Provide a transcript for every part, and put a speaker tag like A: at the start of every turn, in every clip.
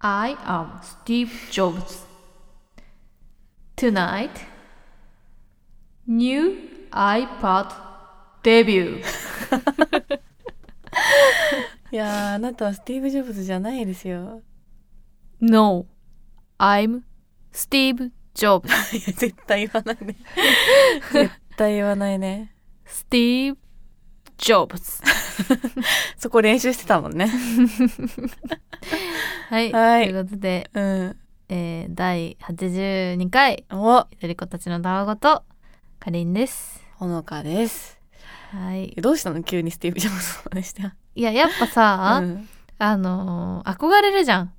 A: I am Steve Jobs. Tonight, new iPad debut.
B: いやーあなたはスティーブ・ジョブズじゃないですよ
A: No, I'm Steve Jobs.
B: いや絶対言わないね絶対言わないね
A: Steve Jobs.
B: そこ練習してたもんね
A: はい、
B: はい
A: ということで、
B: うん
A: えー、第82回
B: お
A: 「ゆとり子たちのたわごと」かりんです。
B: ほのかです
A: はい、
B: どうしたの急にスティーブ・ジョブズの真似して
A: いややっぱさ、
B: うん
A: あのー憧れるじゃん。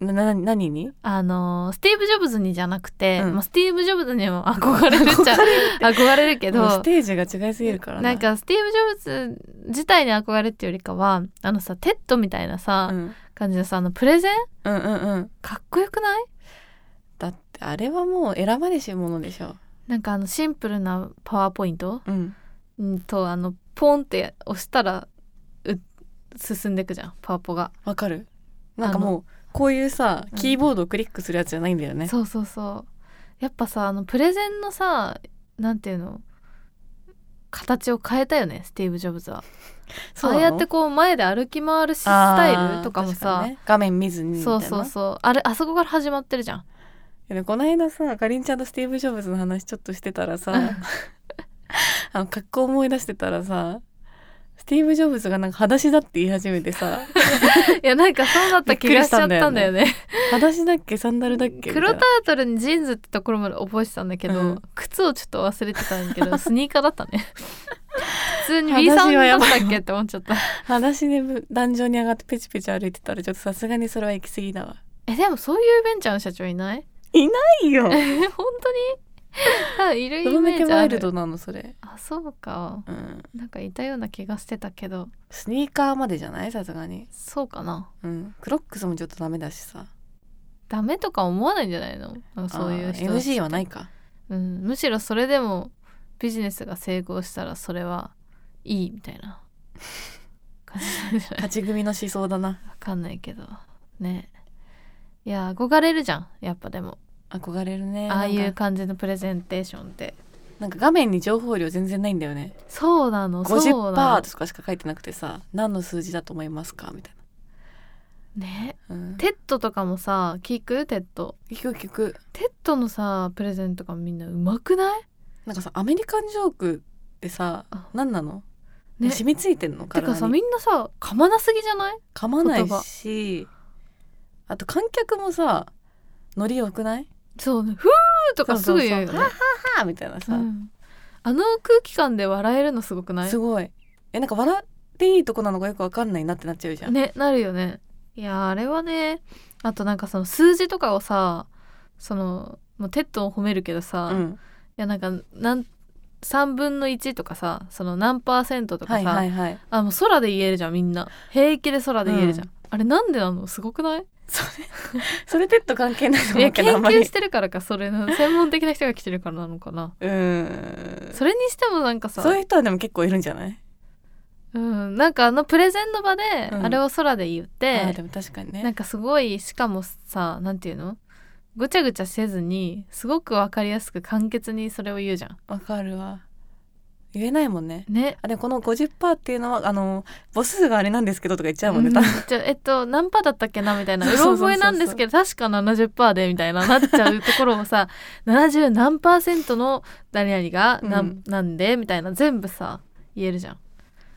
B: なな何に
A: あのースティーブ・ジョブズにじゃなくて、
B: うん
A: まあ、スティーブ・ジョブズにも憧れるっちゃ 憧れるけ
B: もう
A: ど
B: ステージが違いすぎるから
A: なんかスティーブ・ジョブズ自体に憧れっていうよりかはあのさテッドみたいなさ、
B: うん、
A: 感じのさあのプレゼン
B: うんうんうん
A: かっこよくない
B: だってあれはもう選ばれしものでしょ
A: なんかあのシンプルなパワーポイント
B: うん
A: うんとあのポンって押したらう進んでいくじゃんパワポが、
B: わかるなんかもうこういうさ
A: うん
B: キーボードをクリックするやつじゃないんだよね、
A: そうそうそうやっぱさあのプレゼンのさなんていうの形を変えたよねスティーブ・ジョブズは
B: そう
A: ああ
B: なの
A: やってこう前で歩き回るしスタイルとかも
B: あー確
A: さ
B: にね画面見ずにみたい
A: そ
B: な
A: うそうそうあれあそこから始まって るじゃん
B: いやこの間さかりんちゃんとスティーブ・ジョブズの話ちょっとしてたらさあの格好思い出してたらさスティーブ・ジョブズがなんか裸足だって言い始めてさ
A: いやなんかそうだった気がしちゃったんだよね
B: 裸足だっけサンダルだっけみたい
A: 黒
B: な
A: タートルにジーンズってところまで覚えてたんだけど、
B: うん
A: 靴をちょっと忘れてたんだけ どスニーカーだったね普通に B
B: 私
A: さん
B: は
A: だ
B: や
A: っ
B: ばいわ
A: たっけって思っちゃった
B: 裸足でぶ壇上に上がってペチペチ歩いてたらちょっとさすがにそれは行き過ぎだわ
A: えでもそういうベンチャーの社長い ない
B: いよ
A: え本当にあいる
B: ど
A: イ
B: れ
A: メ
B: だけ
A: ージ
B: ワ
A: あ
B: イル
A: る
B: ドなのそれ、
A: あそうか
B: うん、
A: なんかいたような気がしてたけど
B: スニーカーまでじゃないさすがに、
A: そうかな
B: うん、クロックスもちょっとダメだしさ
A: ダメとか思わないんじゃないのなんかそういう人
B: あー
A: たち
B: MC はないか
A: うん、むしろそれでもビジネスが成功したらそれはいいみたい な感じなんじゃない
B: 勝ち組の思想だな
A: わかんないけどねいや憧れるじゃんやっぱでも
B: 憧れるね
A: ああい
B: なん
A: う
B: か
A: 感じのプレゼンテーションって
B: なんか画面に情報量全然ないんだよね
A: そうなのそうなの
B: 50%とかしか書いてなくてさ何の数字だと思いますかみたい
A: ね
B: な、うん、
A: テッドとかもさ聞くテッド
B: 聞く聞く
A: テッドのさプレゼンとかみんなうまくない
B: なんかさアメリカンジョークってさ
A: あ
B: 何なの、
A: ね
B: 染みついてんの
A: てか
B: 体
A: さ
B: に
A: みんなさかまなすぎじゃない
B: 噛まないしあと観客もさノリ良くない
A: そうね「ふー」とかすぐ言うよ
B: そう
A: ね
B: そうそうはあみたいなさ、
A: うんあの空気感で笑えるのすごくない
B: すごいえなんか笑っていいとこなのかよくわかんないなってなっちゃうじゃん、
A: ねなるよねいやーあれはねあとなんかその数字とかをさそのもうテッドを褒めるけど
B: う
A: さ、い
B: ん、
A: やなんかなん3分の1とかさその何パーセントとか
B: は
A: さ、
B: いはいはい
A: あもう空で言えるじゃんみんな平気で空で言えるじゃん、
B: う
A: あれなんでなのすごくない
B: それそれテッド関係ないと
A: い
B: 思
A: や
B: うけ
A: 研
B: どあんまり
A: 究してるからかそれの専門的な人が来てるからなのかな
B: うーん
A: それにしてもなんかさ
B: そういう人はでも結構いるんじゃない
A: うん、なんかあのプレゼンの場で
B: うん
A: あれを空で言っ
B: あ
A: て
B: ー、でも確かに
A: なん
B: ね
A: かすごいしかもさなんていうのぐちゃぐちゃせずにすごくわかりやすく簡潔にそれを言うじゃん。
B: わかるわ言えないもんね
A: ね。
B: あでもこの50%っていうのはあの母数があれなんですけどとか言っちゃうもんね、
A: うん
B: 多分
A: じゃあえっと何パーだったっけなみたいな
B: そうう
A: ろ
B: そうそうそう
A: 覚えなんですけど確か70%でみたいななっちゃうところもさ70何パーセントの何々がな,、
B: うん
A: ん、なんでみたいな全部さ言えるじゃん。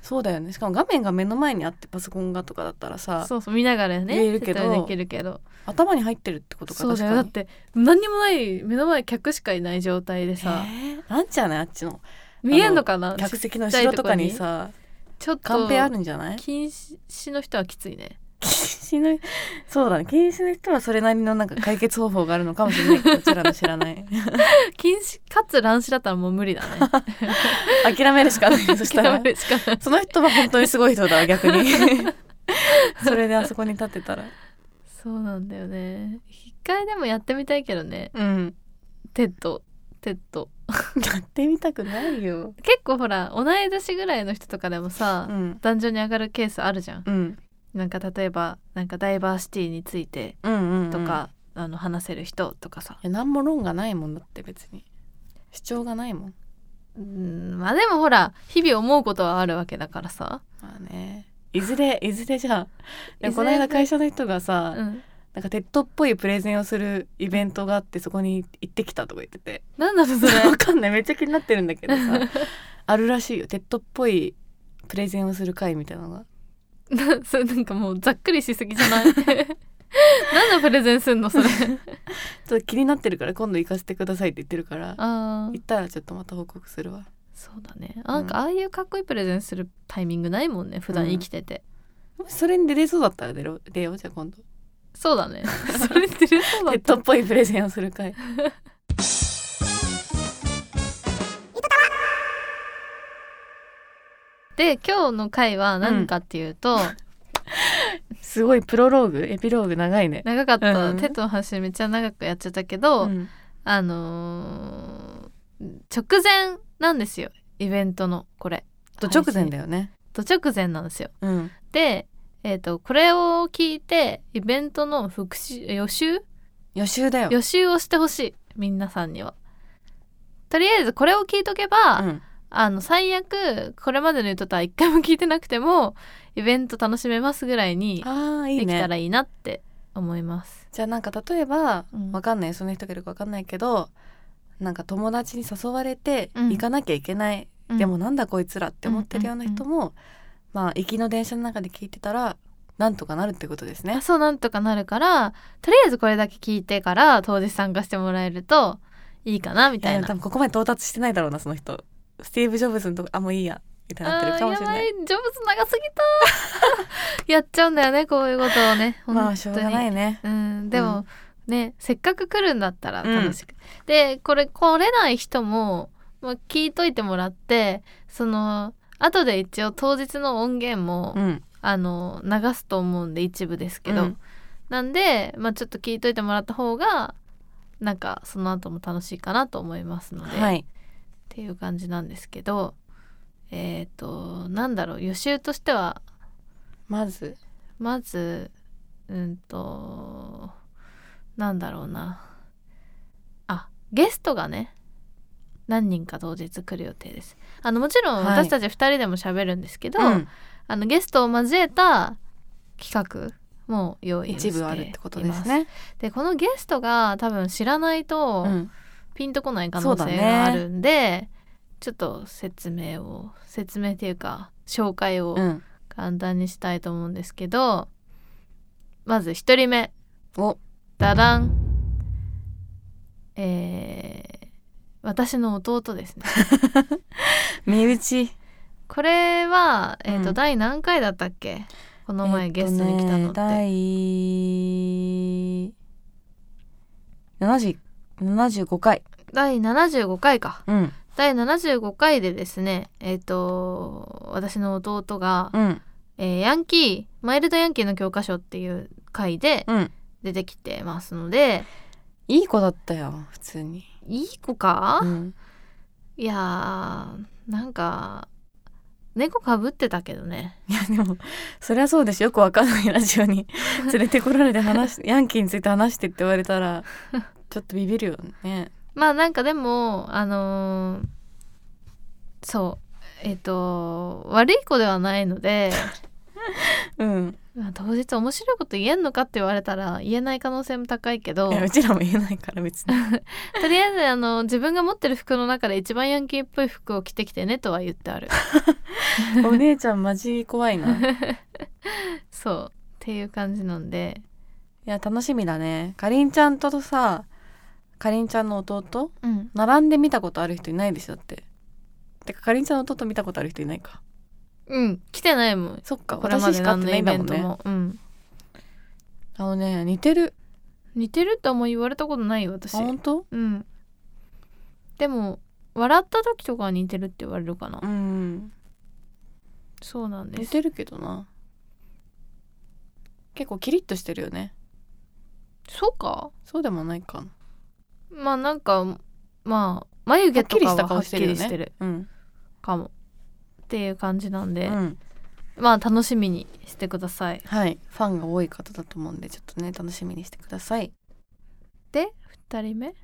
B: そうだよねしかも画面が目の前にあってパソコンがとかだったらさ
A: そうそう見ながらね
B: 言えるけど
A: 説明できるけど
B: 頭に入ってるってことか
A: そう
B: 確
A: だ
B: か
A: よ
B: に
A: だって何にもない目の前客しかいない状態で
B: え
A: さ、
B: ーなんじゃないあっちの
A: 見えんのかな
B: 客席の後ろとかにさ
A: ちょっ
B: カン
A: と
B: ペあるんじゃない
A: 禁止の人はきついね
B: 禁止のそうだね禁止の人はそれなりのなんか解決方法があるのかもしれないけどうちらの知らない
A: 禁止かつ乱視だったらもう無理だね
B: 諦めるしかないそしたら
A: 諦めるしかない
B: その人は本当にすごい人だわ逆に それであそこに立ってたら
A: そうなんだよね一回でもやってみたいけどね
B: うん
A: テッドテッド
B: やってみたくないよ
A: 結構ほら同い年ぐらいの人とかでもさ、
B: うん
A: 壇上に上がるケースあるじゃん
B: うん
A: なんか例えばなんかダイバーシティについて
B: うんうんうん
A: とか、あの話せる人とかさ
B: いや何も論がないもんだって別に主張がないもん
A: うんまあでもほら日々思うことはあるわけだからさ、
B: まあねいずれいずれじゃあ
A: いずれ
B: この間会社の人がさ、
A: うん、
B: なんかテッドっぽいプレゼンをするイベントがあってそこに行ってきたとか言ってて
A: なんだろうそれ
B: わかんないめっちゃ気になってるんだけどさ あるらしいよテッドっぽいプレゼンをする会みたいなのが
A: な それなんかもうざっくりしすぎじゃない 何のプレゼンすんのそれ
B: ちょっと気になってるから今度行かせてくださいって言ってるから
A: あー
B: 行ったらちょっとまた報告するわ
A: そうだねなんかああいうかっこいいプレゼンするタイミングないもんね普段生きてて、
B: もしそれに出れそうだったら出ろ出ようじゃあ今度
A: そうだ ねそれってそうだ
B: テ
A: っ
B: ッド
A: た
B: っぽいプレゼンをする会
A: で今日の回は何かっていうと、
B: すごいプロローグエピローグ長いね
A: 長かった、
B: うん
A: テッドの話めっちゃ長くやっちゃったけど、
B: うん
A: あのー直前なんですよイベントのこれ
B: と直前だよね
A: と直前なんですよ
B: うん
A: でえー、とこれを聞いてイベントの復習予習
B: 予習だよ
A: 予習をしてほしい皆さんにはとりあえずこれを聞いとけば、
B: うん
A: あの最悪これまでの言うととは一回も聞いてなくてもイベント楽しめますぐらいに
B: ああい
A: で
B: い
A: きたら
B: ね
A: いいなって思います
B: じゃあなんか例えば、
A: うん
B: わかんないその人がいるかわかんないけどなんか友達に誘われて
A: うん
B: 行かなきゃいけない、
A: うん
B: でもなんだこいつらって思ってるような人も、まあ行きの電車の中で聞いてたらなんとかなるってことです
A: あ
B: ね。
A: そうなんとかなるからとりあえずこれだけ聞いてから当日参加してもらえるといいかなみ
B: いや
A: たいな
B: でも多分ここまで到達してないだろうなその人スティーブ・ジョブズのとこあもういいやみたいになってるかもしれな
A: あー
B: い。
A: やばいジョブズ長すぎ たやっちゃうんだよねこういうことをね、
B: まあしょうがないいね。
A: うん、で
B: う
A: も
B: ん、
A: ねせっかく来るんだったら楽しく、でこれ来れない人も、まあ、聞いといてもらってその後で一応当日の音源も、
B: うん、
A: あの流すと思うんで一部ですけど、
B: うん
A: なんで、まあ、ちょっと聞いといてもらった方がなんかその後も楽しいかなと思いますので、
B: は
A: っ
B: い、
A: ていう感じなんですけどえっ、となんだろう予習としては
B: まず
A: まずうんとなんだろうなあゲストがね何人か当日来る予定ですあのもちろん
B: はい
A: 私たち2人でも喋るんですけど、
B: うん
A: あのゲストを交えた企画も用意をして
B: 一
A: います
B: 部あるってことですね。
A: でこのゲストが多分知らないと
B: うん
A: ピンとこない可
B: そ
A: 能
B: うだ
A: 性
B: ね
A: があるんで、ちょっと説明を説明っていうか紹介を
B: うん、
A: 簡単にしたいと思うんですけどまず1人目
B: お
A: ダダンえー私の弟ですね
B: 身内
A: これは、えーと
B: うん
A: 第何回だったっけこの前ゲストに来たのって、
B: えっとね、第70 75回、
A: 第75回か
B: うん
A: 第75回でですねえっ、と私の弟が、
B: うん
A: えーヤンキーマイルドヤンキーの教科書っていう回で
B: うん、
A: 出てきてますので、
B: いい子だったよ普通に、
A: いい子か、
B: うん、
A: いやーなんか猫かぶってたけどね
B: いやでもそりゃそうでしょよくわかんないラジオ に連れてこられて話しヤンキーについて話してって言われたらちょっとビビるよね
A: まあなんかでもあのーそうえっ、と悪い子ではないので、
B: うん
A: まあ当日面白いこと言えんのかって言われたら言えない可能性も高いけど
B: いやうちらも言えないから別に
A: とりあえずあの自分が持ってる服の中で一番ヤンキーっぽい服を着てきてねとは言ってあ る
B: お姉ちゃんマジ怖いない
A: そうっていう感じなんで
B: や楽しみだねかりんちゃんとさかりんちゃんの弟
A: うん
B: 並んで見たことある人いないでしょだっててかかりんちゃんの弟見たことある人いないか
A: うん来てないもん
B: そっか
A: これまで
B: 私しか
A: 何の
B: 会ってない
A: イ
B: んだ
A: ベ
B: も
A: ン
B: ん
A: トも、
B: ね
A: うん
B: あのね似てる
A: 似てるとあんま言われたことないよ
B: あ
A: 私
B: 本当
A: うんでも笑った時とかは似てるって言われるかな、
B: うん
A: そうなんで
B: 似
A: す
B: てるけどな結構キリッとしてるよね
A: そうか
B: そうでもないかな
A: まあなんかまあ眉毛とかははっきりしてる
B: うん
A: かもっていう感じなんで、
B: うん
A: まあ楽しみにしてください
B: はいファンが多い方だと思うんでちょっとね楽しみにしてください
A: で2人目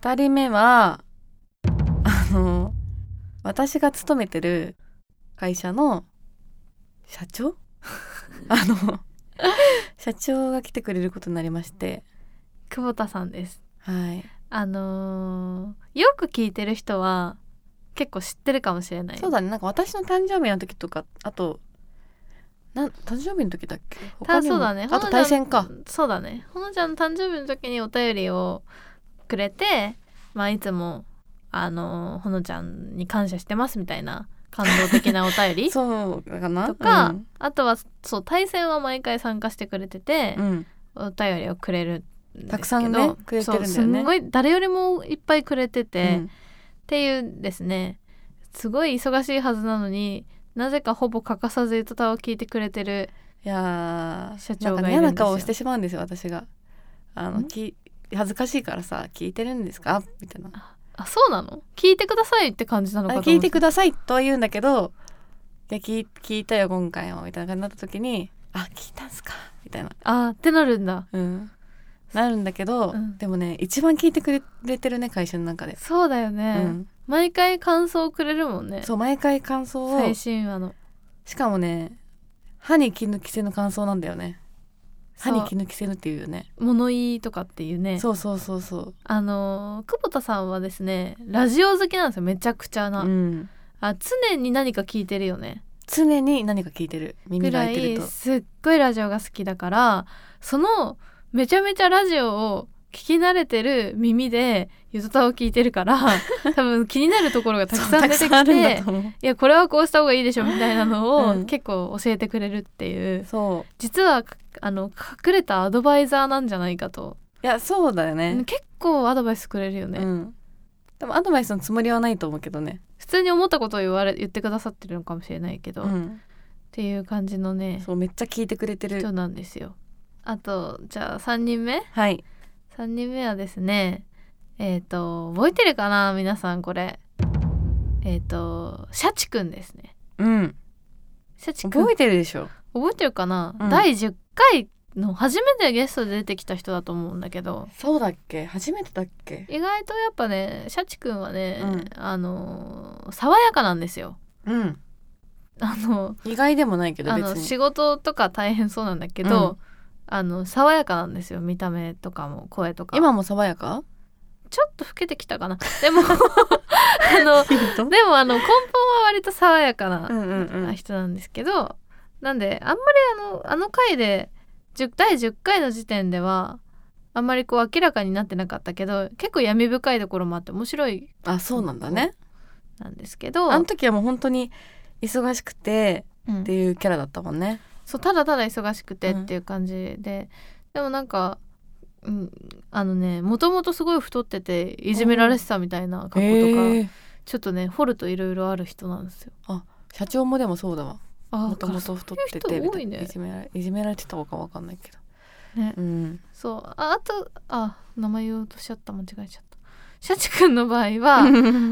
B: 2人目はあの私が勤めてる会社の社長 あの社長が来てくれることになりまして
A: 久保田さんです
B: はい
A: あのーよく聞いてる人は結構知ってるかもしれない
B: そうだねなんか私の誕生日の時とかあとなん誕生日の時だっけ他
A: た
B: にも
A: そうだね
B: あ
A: ほのち
B: と
A: ゃん
B: 対戦か
A: そうだねほのちゃんの誕生日の時にお便りをくれてまあいつもあのほのちゃんに感謝してますみたいな感動的なお便り
B: そうかな
A: とか、
B: うん
A: あとはそう対戦は毎回参加してくれてて、
B: うん
A: お便りをくれるですけど
B: たくさんねくれてるんだよ
A: そ
B: ね
A: うすんごい誰よりもいっぱいくれてて、
B: う
A: っ
B: ん
A: ていうですねすごい忙しいはずなのになぜかほぼ欠かさずゆとたわを聞いてくれてる
B: いやー
A: 社長
B: なん
A: が
B: か
A: いる
B: 嫌
A: んですよ
B: な顔をしてしまうんですよ私があの
A: ん
B: き恥ずかしいからさ聞いてるんですかみたいな
A: あそうなの聞いてくださいって感じなのかと思
B: あ
A: って
B: 聞いてくださいとは言うんだけど「いや聞い聞いたよ今回も」みたいな感じになった時に「あ聞いたんすか」みたいな、
A: あーってなるんだ
B: うん、なるんだけど、
A: うん
B: でもね一番聞いてくれてるね会社の中で、
A: そうだよ
B: う
A: ね、
B: ん、
A: 毎回感想くれるもんね
B: そう毎回感想を
A: 最新話の
B: しかもね歯に衣着せぬ感想なんだよね歯に
A: そう
B: 衣着せぬっていうよね
A: 物言いとかっていうね
B: そうそうそうそう
A: あのー久保田さんはですねラジオ好きなんですよめちゃくちゃな、
B: うん、
A: あ常に何か聞いてるよね
B: 常に何か聞いてる耳
A: ぐ
B: が
A: ら
B: 開いて
A: い
B: ると
A: すっごいラジオが好きだからそのめちゃめちゃラジオを聞き慣れてる耳でゆずたを聞いてるから 多分気になるところがたくさん出て
B: そうたくさんあ
A: き
B: るんだ
A: て
B: と思う
A: いやこれはこうした方がいいでしょみたいなの
B: う
A: を
B: ん
A: 結構教えてくれるっていう
B: そう
A: 実はかあの隠れたアドバイザーなんじゃないかと
B: いやそうだよね
A: 結構アドバイスくれるよね、
B: うん、でもアドバイスのつもりはないと思うけどね、
A: 普通に思ったことを言われ言ってくださってるのかもしれないけど、
B: う
A: っ
B: ん、
A: ていう感じのね
B: そうめっちゃ聞いてくれてる
A: 人なんですよあとじゃあ3人目
B: はい
A: 3人目はですねえっ、と覚えてるかな皆さんこれえっ、とシャチくんですね
B: うん
A: シャチくん
B: 覚えてるでしょ
A: 覚えてるかな、
B: うん
A: 第10回の初めてゲストで出てきた人だと思うんだけど
B: そうだっけ初めてだっけ
A: 意外とやっぱねシャチくんはね、
B: うん
A: あのー爽やかなんですよ
B: うん
A: あの
B: 意外でもないけど
A: あ
B: 別
A: の
B: に
A: 仕事とか大変そうなんだけど、あの爽やかなんですよ見た目とかも声とか
B: 今も爽やか
A: ちょっと老けてきたかなでも あ のでもあの根本は割と爽やか
B: うんうんう
A: なん人なんですけど、なんであんまりあのあの回で10第10回の時点ではあんまりこう明らかになってなかったけど結構闇深いところもあって面白い
B: あそうなんだね
A: なんですけど
B: あの時はもう本当に忙しくて
A: うん
B: っていうキャラだったもんね
A: そうただただ忙しくてっていう感じで、でもなんか、うん、あのねもともとすごい太ってていじめられてたみたいな格好とか、
B: へえ
A: ちょっとね掘るといろいろある人なんですよ。
B: 社長もでもそうだわ
A: あ
B: もともと太っててみ
A: 多
B: たい
A: い
B: な
A: ね
B: いじめられいじめられてたのかわかんないけど
A: ね
B: うん
A: そうああとあ名前言おうとしちゃった間違えちゃった。シャチくんの場合は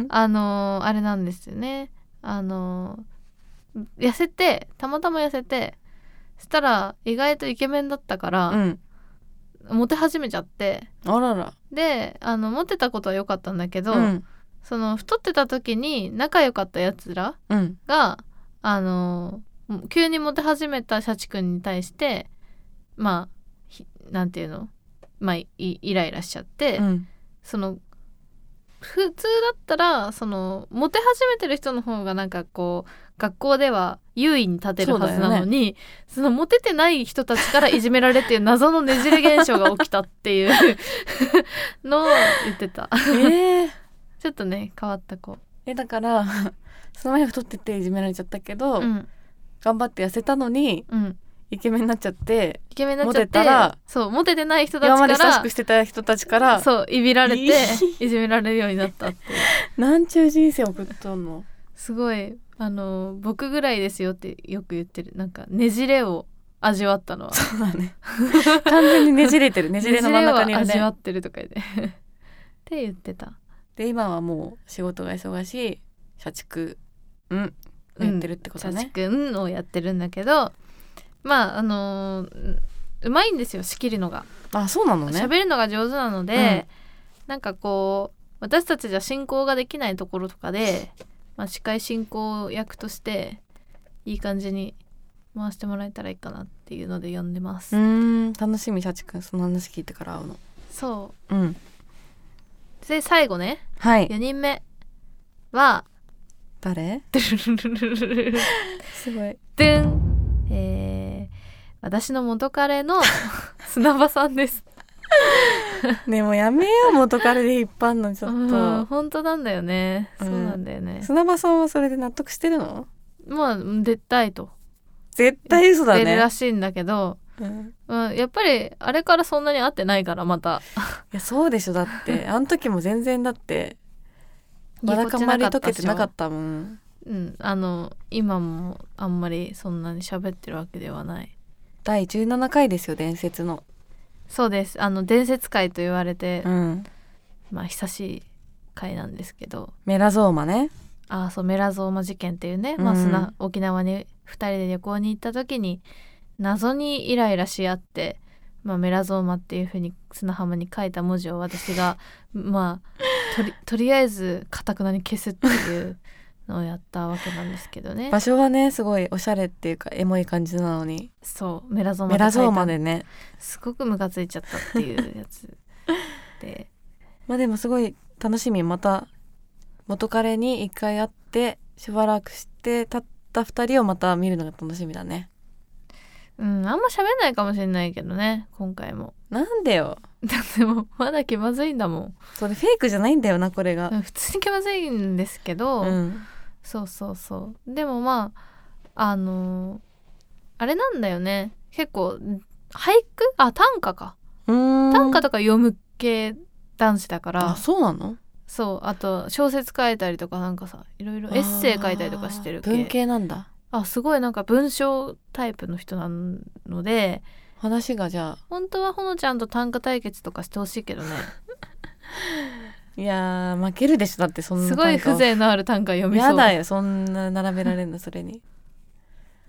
A: あのーあれなんですよねあのー痩せてたまたま痩せてしたら意外とイケメンだったから、
B: うん
A: モテ始めちゃって
B: あらら
A: であのモテたことは良かったんだけど、
B: うん
A: その太ってた時に仲良かったやつら
B: うん
A: があの急にモテ始めたシャチくんに対してまあひなんていうのまあいイライラしちゃって、
B: うん
A: その普通だったらそのモテ始めてる人の方がなんかこう学校では優位に立てるはずなのにそ,、のモテてない人たちからいじめられていう謎のねじれ現象が起きたっていうのを言ってた
B: ええ
A: ちょっとね変わった子、
B: えだから その前太ってていじめられちゃったけど、
A: うん
B: 頑張って痩せたのに
A: うん、
B: イケメンになっちゃって
A: イケメンになっちゃって
B: モテたら
A: そうモテてない人たち
B: 今
A: か
B: まで親し
A: ら
B: くしてた人たちから
A: そういびられて
B: いい
A: いじめられるようになったっていう
B: なんちゅう人生送っとんの
A: すごいあの僕ぐらいですよってよく言ってるなんかねじれを味わったのは
B: そうだね 完全にねじれてるねじれの真ん中にいる
A: ねじれを味わ
B: ね
A: ってるとか言って って言ってた
B: で今はもう仕事が忙しい社畜うんをやってるってこと
A: チャチ
B: ね。
A: くんをやってるんだけどまああのーうまいんですよ仕切るのが
B: あそうなのね。
A: 喋るのが上手なので、なんかこう私たちじゃ進行ができないところとかで、まあ、司会進行役としていい感じに回してもらえたらいいかなっていうので呼んでま
B: う
A: す、
B: ーん楽しみシャチくんその話聞いてから会うの。
A: そ
B: うん
A: うで最後ね
B: はい
A: 4人目は
B: 誰？
A: ドゥルルルルルルル
B: すごい。
A: ドゥンえー私の元彼の砂場さんです
B: ねもうやめよう元彼で引っ張んのちょ
A: うん
B: っ
A: 本当なんだよね、
B: うん
A: そうなんだよ
B: と。
A: ね
B: 砂場さんはそれで納得してるの？
A: まあ出たいと
B: 絶対嘘だ
A: 出る
B: ね
A: ら。しいんだけど、
B: うん
A: うん、やっぱりあれからそんなに会ってないからまた
B: いやそうでしょだってあの時も全然だってわだか まり溶けてなかったもん。
A: うんあの今もあんまりそんなに喋ってるわけではない
B: 第17回ですよ伝説の。
A: そうですあの伝説会と言われて、
B: うん
A: まあ久しい会なんですけど
B: メラゾーマね。
A: ああそうメラゾーマ事件っていうね、まあ、
B: うん
A: 砂沖縄に2人で旅行に行った時に謎にイライラし合って、まあ、メラゾーマっていうふうに砂浜に書いた文字を私がまあと りとりあえずかたくなに消すっていうのをやったわけなんですけどね
B: 場所はねすごいおしゃれっていうかエモい感じなのに
A: そうメラゾーマ
B: メ
A: って書
B: ラ
A: いた
B: ゾーマでね
A: すごくムカついちゃったっていうやつで
B: まあでもすごい楽しみまた元彼に一回会ってしばらくしてたった二人をまた見るのが楽しみだね
A: うんあんま喋んないかもしれないけどね今回も
B: なんでよ
A: だってもうまだ気まずいんだもん
B: それフェイクじゃないんだよなこれが
A: うん普通に気まずいんですけど、
B: うん
A: そうそうそうでもまああのーあれなんだよね結構ん俳句あ短歌か短
B: 短
A: 歌とか読む系男子だから、
B: あそうなの
A: そうあと小説書いたりとかなんかさいろいろエッセイ書いたりとかしてる
B: あー文系なんだ
A: あすごいなんか文章タイプの人なので
B: 話がじゃあ
A: 本当はほのちゃんと短歌対決とかしてほしいけどね
B: いやー負けるでしょだってそんな
A: すごい風
B: 情
A: 情のある短歌読みそう
B: やだよそんな並べられるのそれに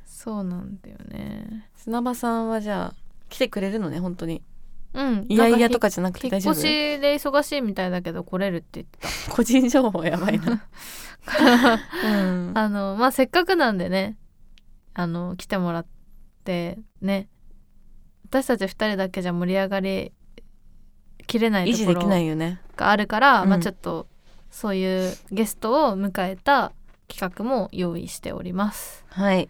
A: そうなんだよね
B: 砂場さんはじゃあ来てくれるのね本当に
A: うん
B: いやいや
A: なん
B: とかじゃなくて
A: 引っ
B: 大丈
A: 越
B: 夫
A: しで忙しいみたいだけど来れるって言ってた
B: 個人情報やばいな、うん、
A: あのまあせっかくなんでねあの来てもらってね私たち2人だけじゃ盛り上がりきれない
B: 維
A: と
B: 持
A: こ
B: できな
A: ろ
B: いよね
A: があるから、ま
B: う
A: あ
B: ん
A: ちょっとそういうゲストを迎えた企画も用意しております
B: はい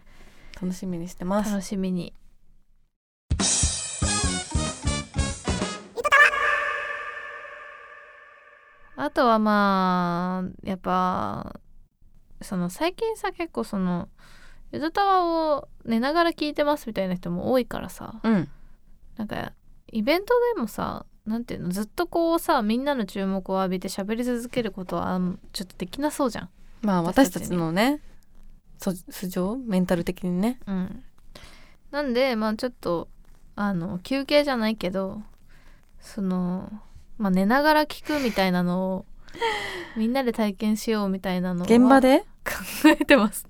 B: 楽しみにしてます
A: 楽しみにあとはまあやっぱその最近さ結構その「ゆずたわ」を寝ながら聞いてますみたいな人も多いからさ
B: うん
A: なんかイベントでもさなんていうのずっとこうさみんなの注目を浴びて喋り続けることはあんちょっとできなそうじゃん。
B: まあ
A: 私
B: 私
A: た
B: た
A: ち
B: ち
A: に
B: のねそ素性メンタル的にね
A: うん、なんでまあちょっとあの休憩じゃないけどその、まあ、寝ながら聞くみたいなの をみんなで体験しようみたいなのを
B: 現場で
A: 考えてます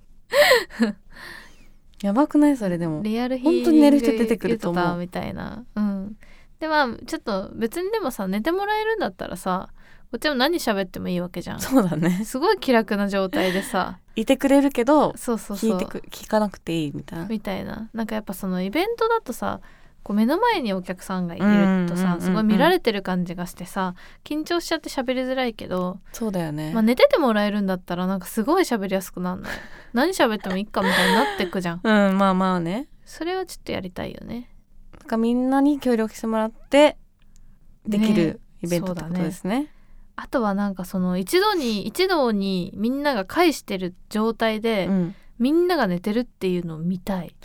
B: やばくないそれでも
A: リアルヒーリング
B: 本当に寝る人出てくると思う
A: ユータみたいなうんでまあちょっと別にでもさ寝てもらえるんだったらさこっちも何喋ってもいいわけじゃん
B: そうだね
A: すごい気楽な状態でさ
B: いてくれるけど
A: そうそうそう
B: 聞いてく聞かなくていいみたいな
A: みたいななんかやっぱそのイベントだとさこう目の前にお客さんがいると
B: うんうんうん
A: さ
B: うん
A: すごい見られてる感じがしてさ緊張しちゃって喋りづらいけど、
B: そうだよね、
A: まあ、寝ててもらえるんだったらなんかすごい喋りやすくな るのよ何喋ってもいいかみたいになってくじゃん
B: うんまあまあね
A: それはちょっとやりたいよね
B: なんかみんなに協力してもらってでき
A: ね
B: るイベントってことですね
A: あとはなんかその一度に一度にみんなが返してる状態で、
B: うん
A: みんなが寝てるっていうのを見 たい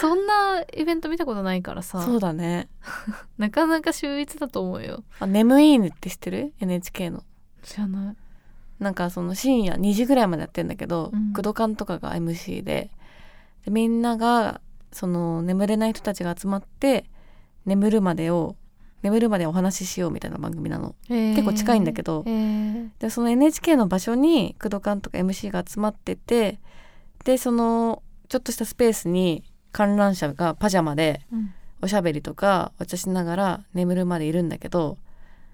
A: そんなイベント見たことないからさ
B: そうだね
A: なかなか秀逸だと思うよ
B: あ眠いねって知ってる NHK の
A: 知らない
B: なんかその深夜2時ぐらいまでやってんだけど
A: うん
B: 工藤館とかが MC ででみんながその眠れない人たちが集まって眠るまでを眠るまでお話ししようみたいな番組なの
A: 結
B: 結構近いんだけど
A: えー
B: でその NHK の場所に工藤監督 MC が集まっててでそのちょっとしたスペースに観覧車がパジャマで
A: うん
B: おしゃべりとかお茶しながら眠るまでいるんだけど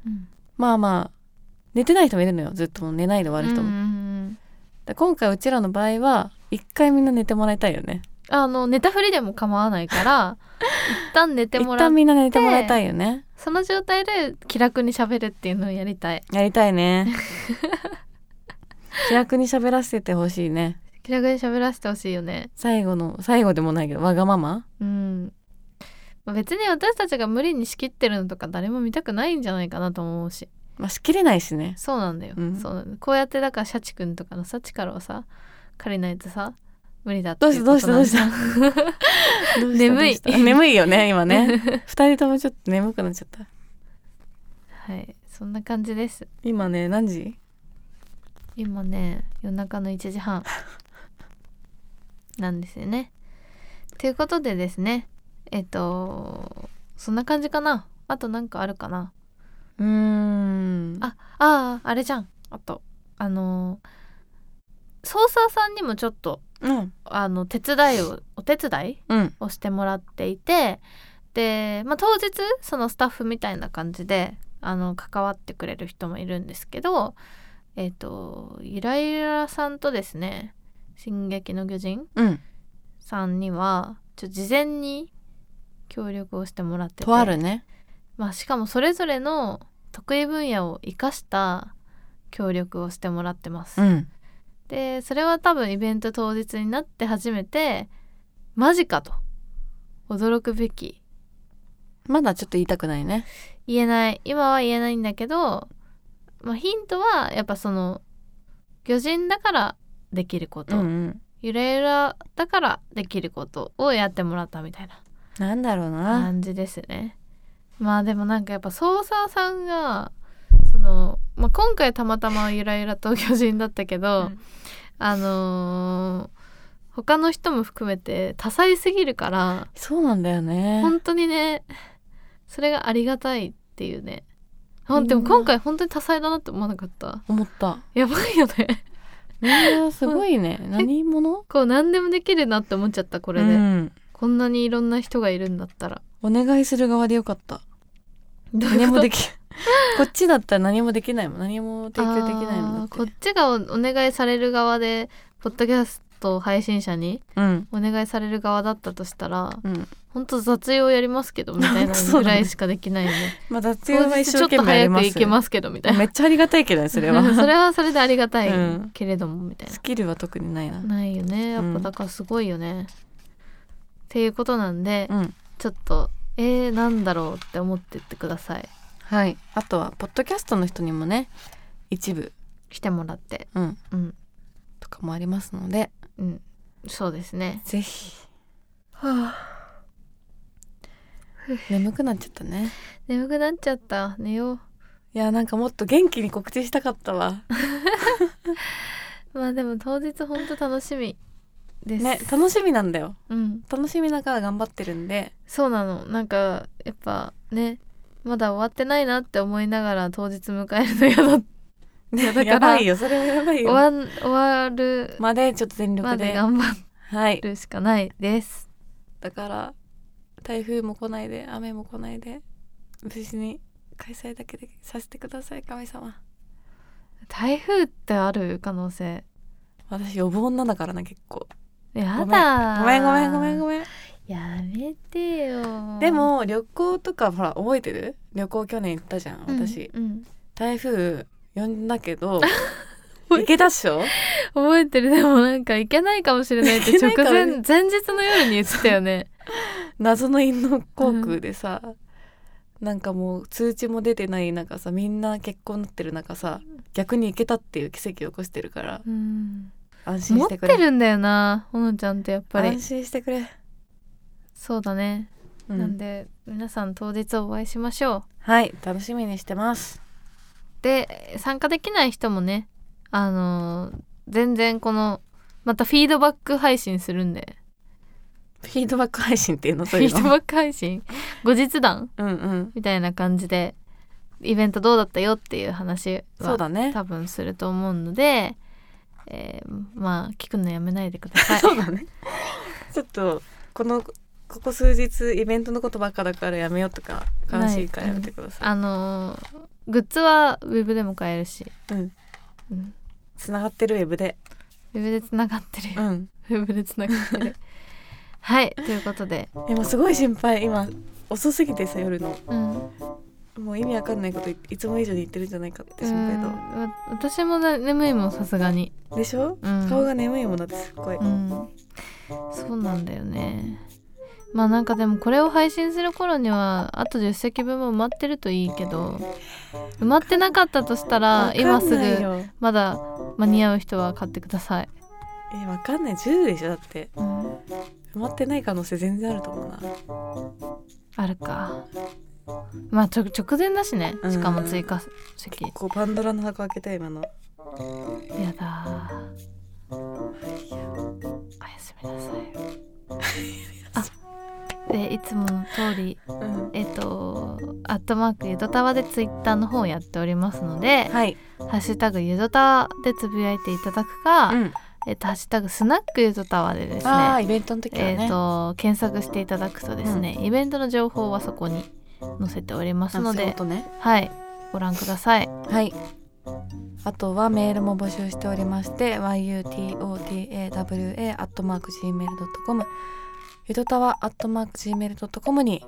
A: うん
B: まあまあ寝てない人もいるのよずっと寝ないで終わる人
A: うん
B: も。
A: うんうん
B: で今回うちらの場合は一回みんな寝てもらいたいよね。
A: あの寝たふりでも構わないから一旦寝て
B: 一
A: もらっ
B: 旦みんな寝てもらいたいよね。
A: その状態で気楽に喋るっていうのをやりたい
B: やりた いね。気楽に喋らせてほしいね。
A: 気楽に喋らせてほしいよね
B: 最後の最後でもないけどわがまま
A: うんまあ別に私たちが無理に仕切ってるのとか誰も見たくないんじゃないかなと思うし
B: まあ仕切れないしね。
A: そうなんだよ、
B: うん
A: そうなんだこうやってだからシャチくんとかのさ力をさ借りないとさ無理だって
B: どう
A: い
B: した
A: う
B: ど
A: こ
B: うし
A: と
B: た
A: な
B: ど
A: んだ
B: うした どうした
A: 眠い
B: どうした眠いよね今ね 二人ともちょっと眠くなっちゃった
A: はいそんな感じです
B: 今ね何時
A: 今ね夜中の1時半なんですよね。ということでですねえっとそんな感じかなあとなんかあるかな
B: うーん
A: ああーあれじゃんあとあのーソーサーさんにもちょっと
B: うん
A: あの手伝いをお手伝い
B: うん
A: をしてもらっていてで、まあ、当日そのスタッフみたいな感じであの関わってくれる人もいるんですけどえっ、とゆらゆらさんとですね「進撃の巨人
B: うん」
A: さんにはちょっと事前に協力をしてもらってて
B: とあるね
A: まあ、しかもそれぞれの得意分野を生かした協力をしてもらってます。
B: うん
A: でそれは多分イベント当日になって初めてマジかと驚くべき
B: まだちょっと言いたくないね
A: 言えない今は言えないんだけど、まあ、ヒントはやっぱその魚人だからできること、
B: ん
A: ゆらゆらだからできることをやってもらったみたいな
B: なんだろうな
A: 感じですね。まあでもなんかやっぱソーサーさんがその、まあ、今回たまたまゆらゆらと魚人だったけど、
B: うん
A: あのー他の人も含めて多彩すぎるから
B: そうなんだよね
A: 本当にねそれがありがたいっていうねほん
B: みん
A: で
B: な
A: も今回本当に多彩だなって思わなかった
B: 思った
A: やばいよね
B: みんなすごいね何者
A: こう何でもできるなって思っちゃったこ
B: こ
A: れで、
B: うん、
A: こんなにいろんな人がいるんだったら
B: お願いする側でよ かった
A: ど
B: 何もで
A: き
B: き こっちだったら何もできないもん何も 提供できないもんだって
A: こっちがおお願いされる側でポッドキャスト配信者に
B: うん
A: お願いされる側だったとしたら
B: うん
A: 本当雑用やりますけどみたいな ぐらいしかできないよね
B: まあ雑
A: 当
B: 用は
A: 日ち
B: 一生
A: ょっ
B: 懸
A: と
B: 命やり
A: 早
B: ま
A: く
B: す
A: 行けますけどみたい
B: め
A: な
B: っちゃありがたいけどね それは
A: それはそれでありがたい
B: うん
A: けれどもみたいな、
B: スキルは特にないな
A: ないよねやっ
B: う
A: ぱ
B: ん
A: だからすごいよね、っていうことなんで、
B: うん
A: ちょっとえー、なんだろうって思ってってください
B: はいあとはポッドキャストの人にもね一部
A: 来てもらって
B: うん
A: うん
B: とかもありますので
A: うんそうですね
B: ぜひはあ眠くなっちゃったね
A: 眠くなっちゃった寝よう
B: いやなんかもっと元気に告知したかっ たわ
A: まあでも当日ほんと楽しみです、
B: ね楽しみなんだよ
A: うん
B: 楽しみながら頑張ってるんで
A: そうなのなんかやっぱねまだ終わってないなって思いながら当日迎えるの嫌だだ
B: ね
A: から
B: やばいよそれはやばい
A: 終
B: よ
A: わん終わる
B: までちょっと全
A: ま
B: 力
A: で
B: で
A: 頑張
B: はい
A: るしかないです
B: だから台風も来ないで雨も来ないで無事に開催だけでさせてください神様
A: 台風ってある可能性
B: 私予防女だからな結構
A: やだー
B: ごめんごめんごめんごめん
A: やめてよ
B: でも旅行とかほら覚えてる旅行去年行ったじゃん
A: うん
B: 私、
A: うん
B: 台風呼んだけど
A: 覚えてる
B: 行けたっしょ
A: 覚えてるでもなんかいけないかもしれないって
B: いけな
A: 直
B: いかも
A: 前前日の夜に言ってたよ ね
B: 謎の陰の航空でさ、なんかもう通知も出てない中さみんな結婚になってる中さ逆に行けたっていう奇跡を起こしてるから
A: うん
B: 安心
A: 持
B: し
A: ってて
B: くれ
A: るんだよなほのちゃんってやっぱり
B: 安心してくれ、
A: そうだね、
B: う
A: なんで皆さん当日お会いしましょう
B: はい楽しみにしてます
A: で参加できない人もねあのー全然このまたフィードバック配信するんで
B: フィードバック配信っていうの
A: フ
B: そう
A: ィ
B: いう
A: ー
B: の
A: ドバック配 信後日談
B: うんうん
A: みたいな感じでイベントどうだったよっていう話は
B: そうだね
A: 多分すると思うので、えーまあ聞くのやめないでください。
B: そうだねちょっとこのここ数日イベントのことばっかだからやめようとか悲しいからやめてくださ
A: あのーグッズはウェブでも買えるし、
B: いうん
A: うん、
B: つながってるウェブで
A: ウェブでつながってる
B: う
A: よ、
B: ん
A: ウェブでつながって るはいということで、
B: 今すごい心配今遅すぎてさ夜の
A: うん、
B: もう意味わかんないこといいつも以上に言ってるんじゃないかって
A: う
B: 心
A: ん
B: 配
A: わ私もな眠いもんさすがに、
B: とでしょ
A: うん、
B: 顔が眠いもんだってすっごい、
A: うん、そうなんだよねまあなんかでもこれを配信する頃にはあと10席分も埋まってるといいけど埋まってなかったとしたら
B: わかん
A: 今す
B: ない
A: ぐ
B: よ
A: まだ間に合う人は買ってください、
B: えわかんない10でしょだって
A: うん、
B: 埋まってない可能性全然あると思うな
A: あるかまあちょ直前だしねしかも追加席
B: 結構パンドラの箱開けた今の
A: やだおやすみな さいあでいつもの通り
B: うん
A: えっとアットマークゆどたわでツイッターの方をやっておりますので、
B: はい、
A: ハッシュタグゆどたわでつぶやいていただくか、
B: うん、
A: えっとハッシュタグスナックゆどたわでです
B: ああ
A: ね
B: イベントの時は
A: え
B: ね、
A: っと検索していただくとですね、イベントの情報はそこに載せておりますの
B: そういう
A: で
B: ことね
A: はいご覧ください
B: はい。あとはメールも募集しておりまして、yutotawa.gmail.com ゆとたわ .gmail.com に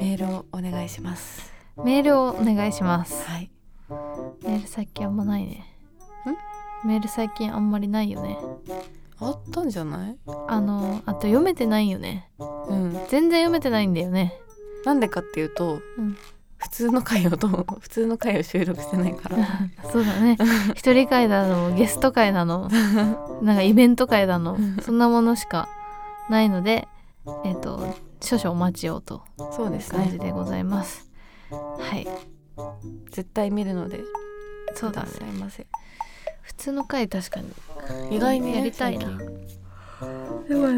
B: メールをお願いします。
A: メールをお願いします
B: はい。
A: メール最近あんまないねメール最近あんまりないよね
B: あったんじゃない
A: あのあと読めてないよね
B: うん。
A: 全然読めてないんだよね
B: なんでかっていうと、
A: うん
B: 普通の回をどう、普通の回を収録してないから。
A: そうだ ね一人会だのゲスト会だのなんかイベント会だのそんなものしかないのでえっ、と少々お待ちをと
B: そう
A: いう
B: です
A: 感じ
B: ね。
A: でございますはい
B: 絶対見るので、
A: そうだね
B: くさいませ。
A: 普通の会確かに
B: 意外にね
A: やりたいな
B: 最
A: でもで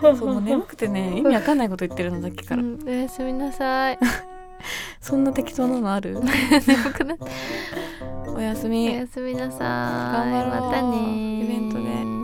B: 近そう、もう眠くてね、意味わかんないこと言ってるのだっきから。
A: おやすみな さい
B: そんな適当なのある
A: 眠くなっ
B: おやす
A: お
B: み。
A: やすみなさい。
B: 頑張ろう
A: またねー。
B: イベントで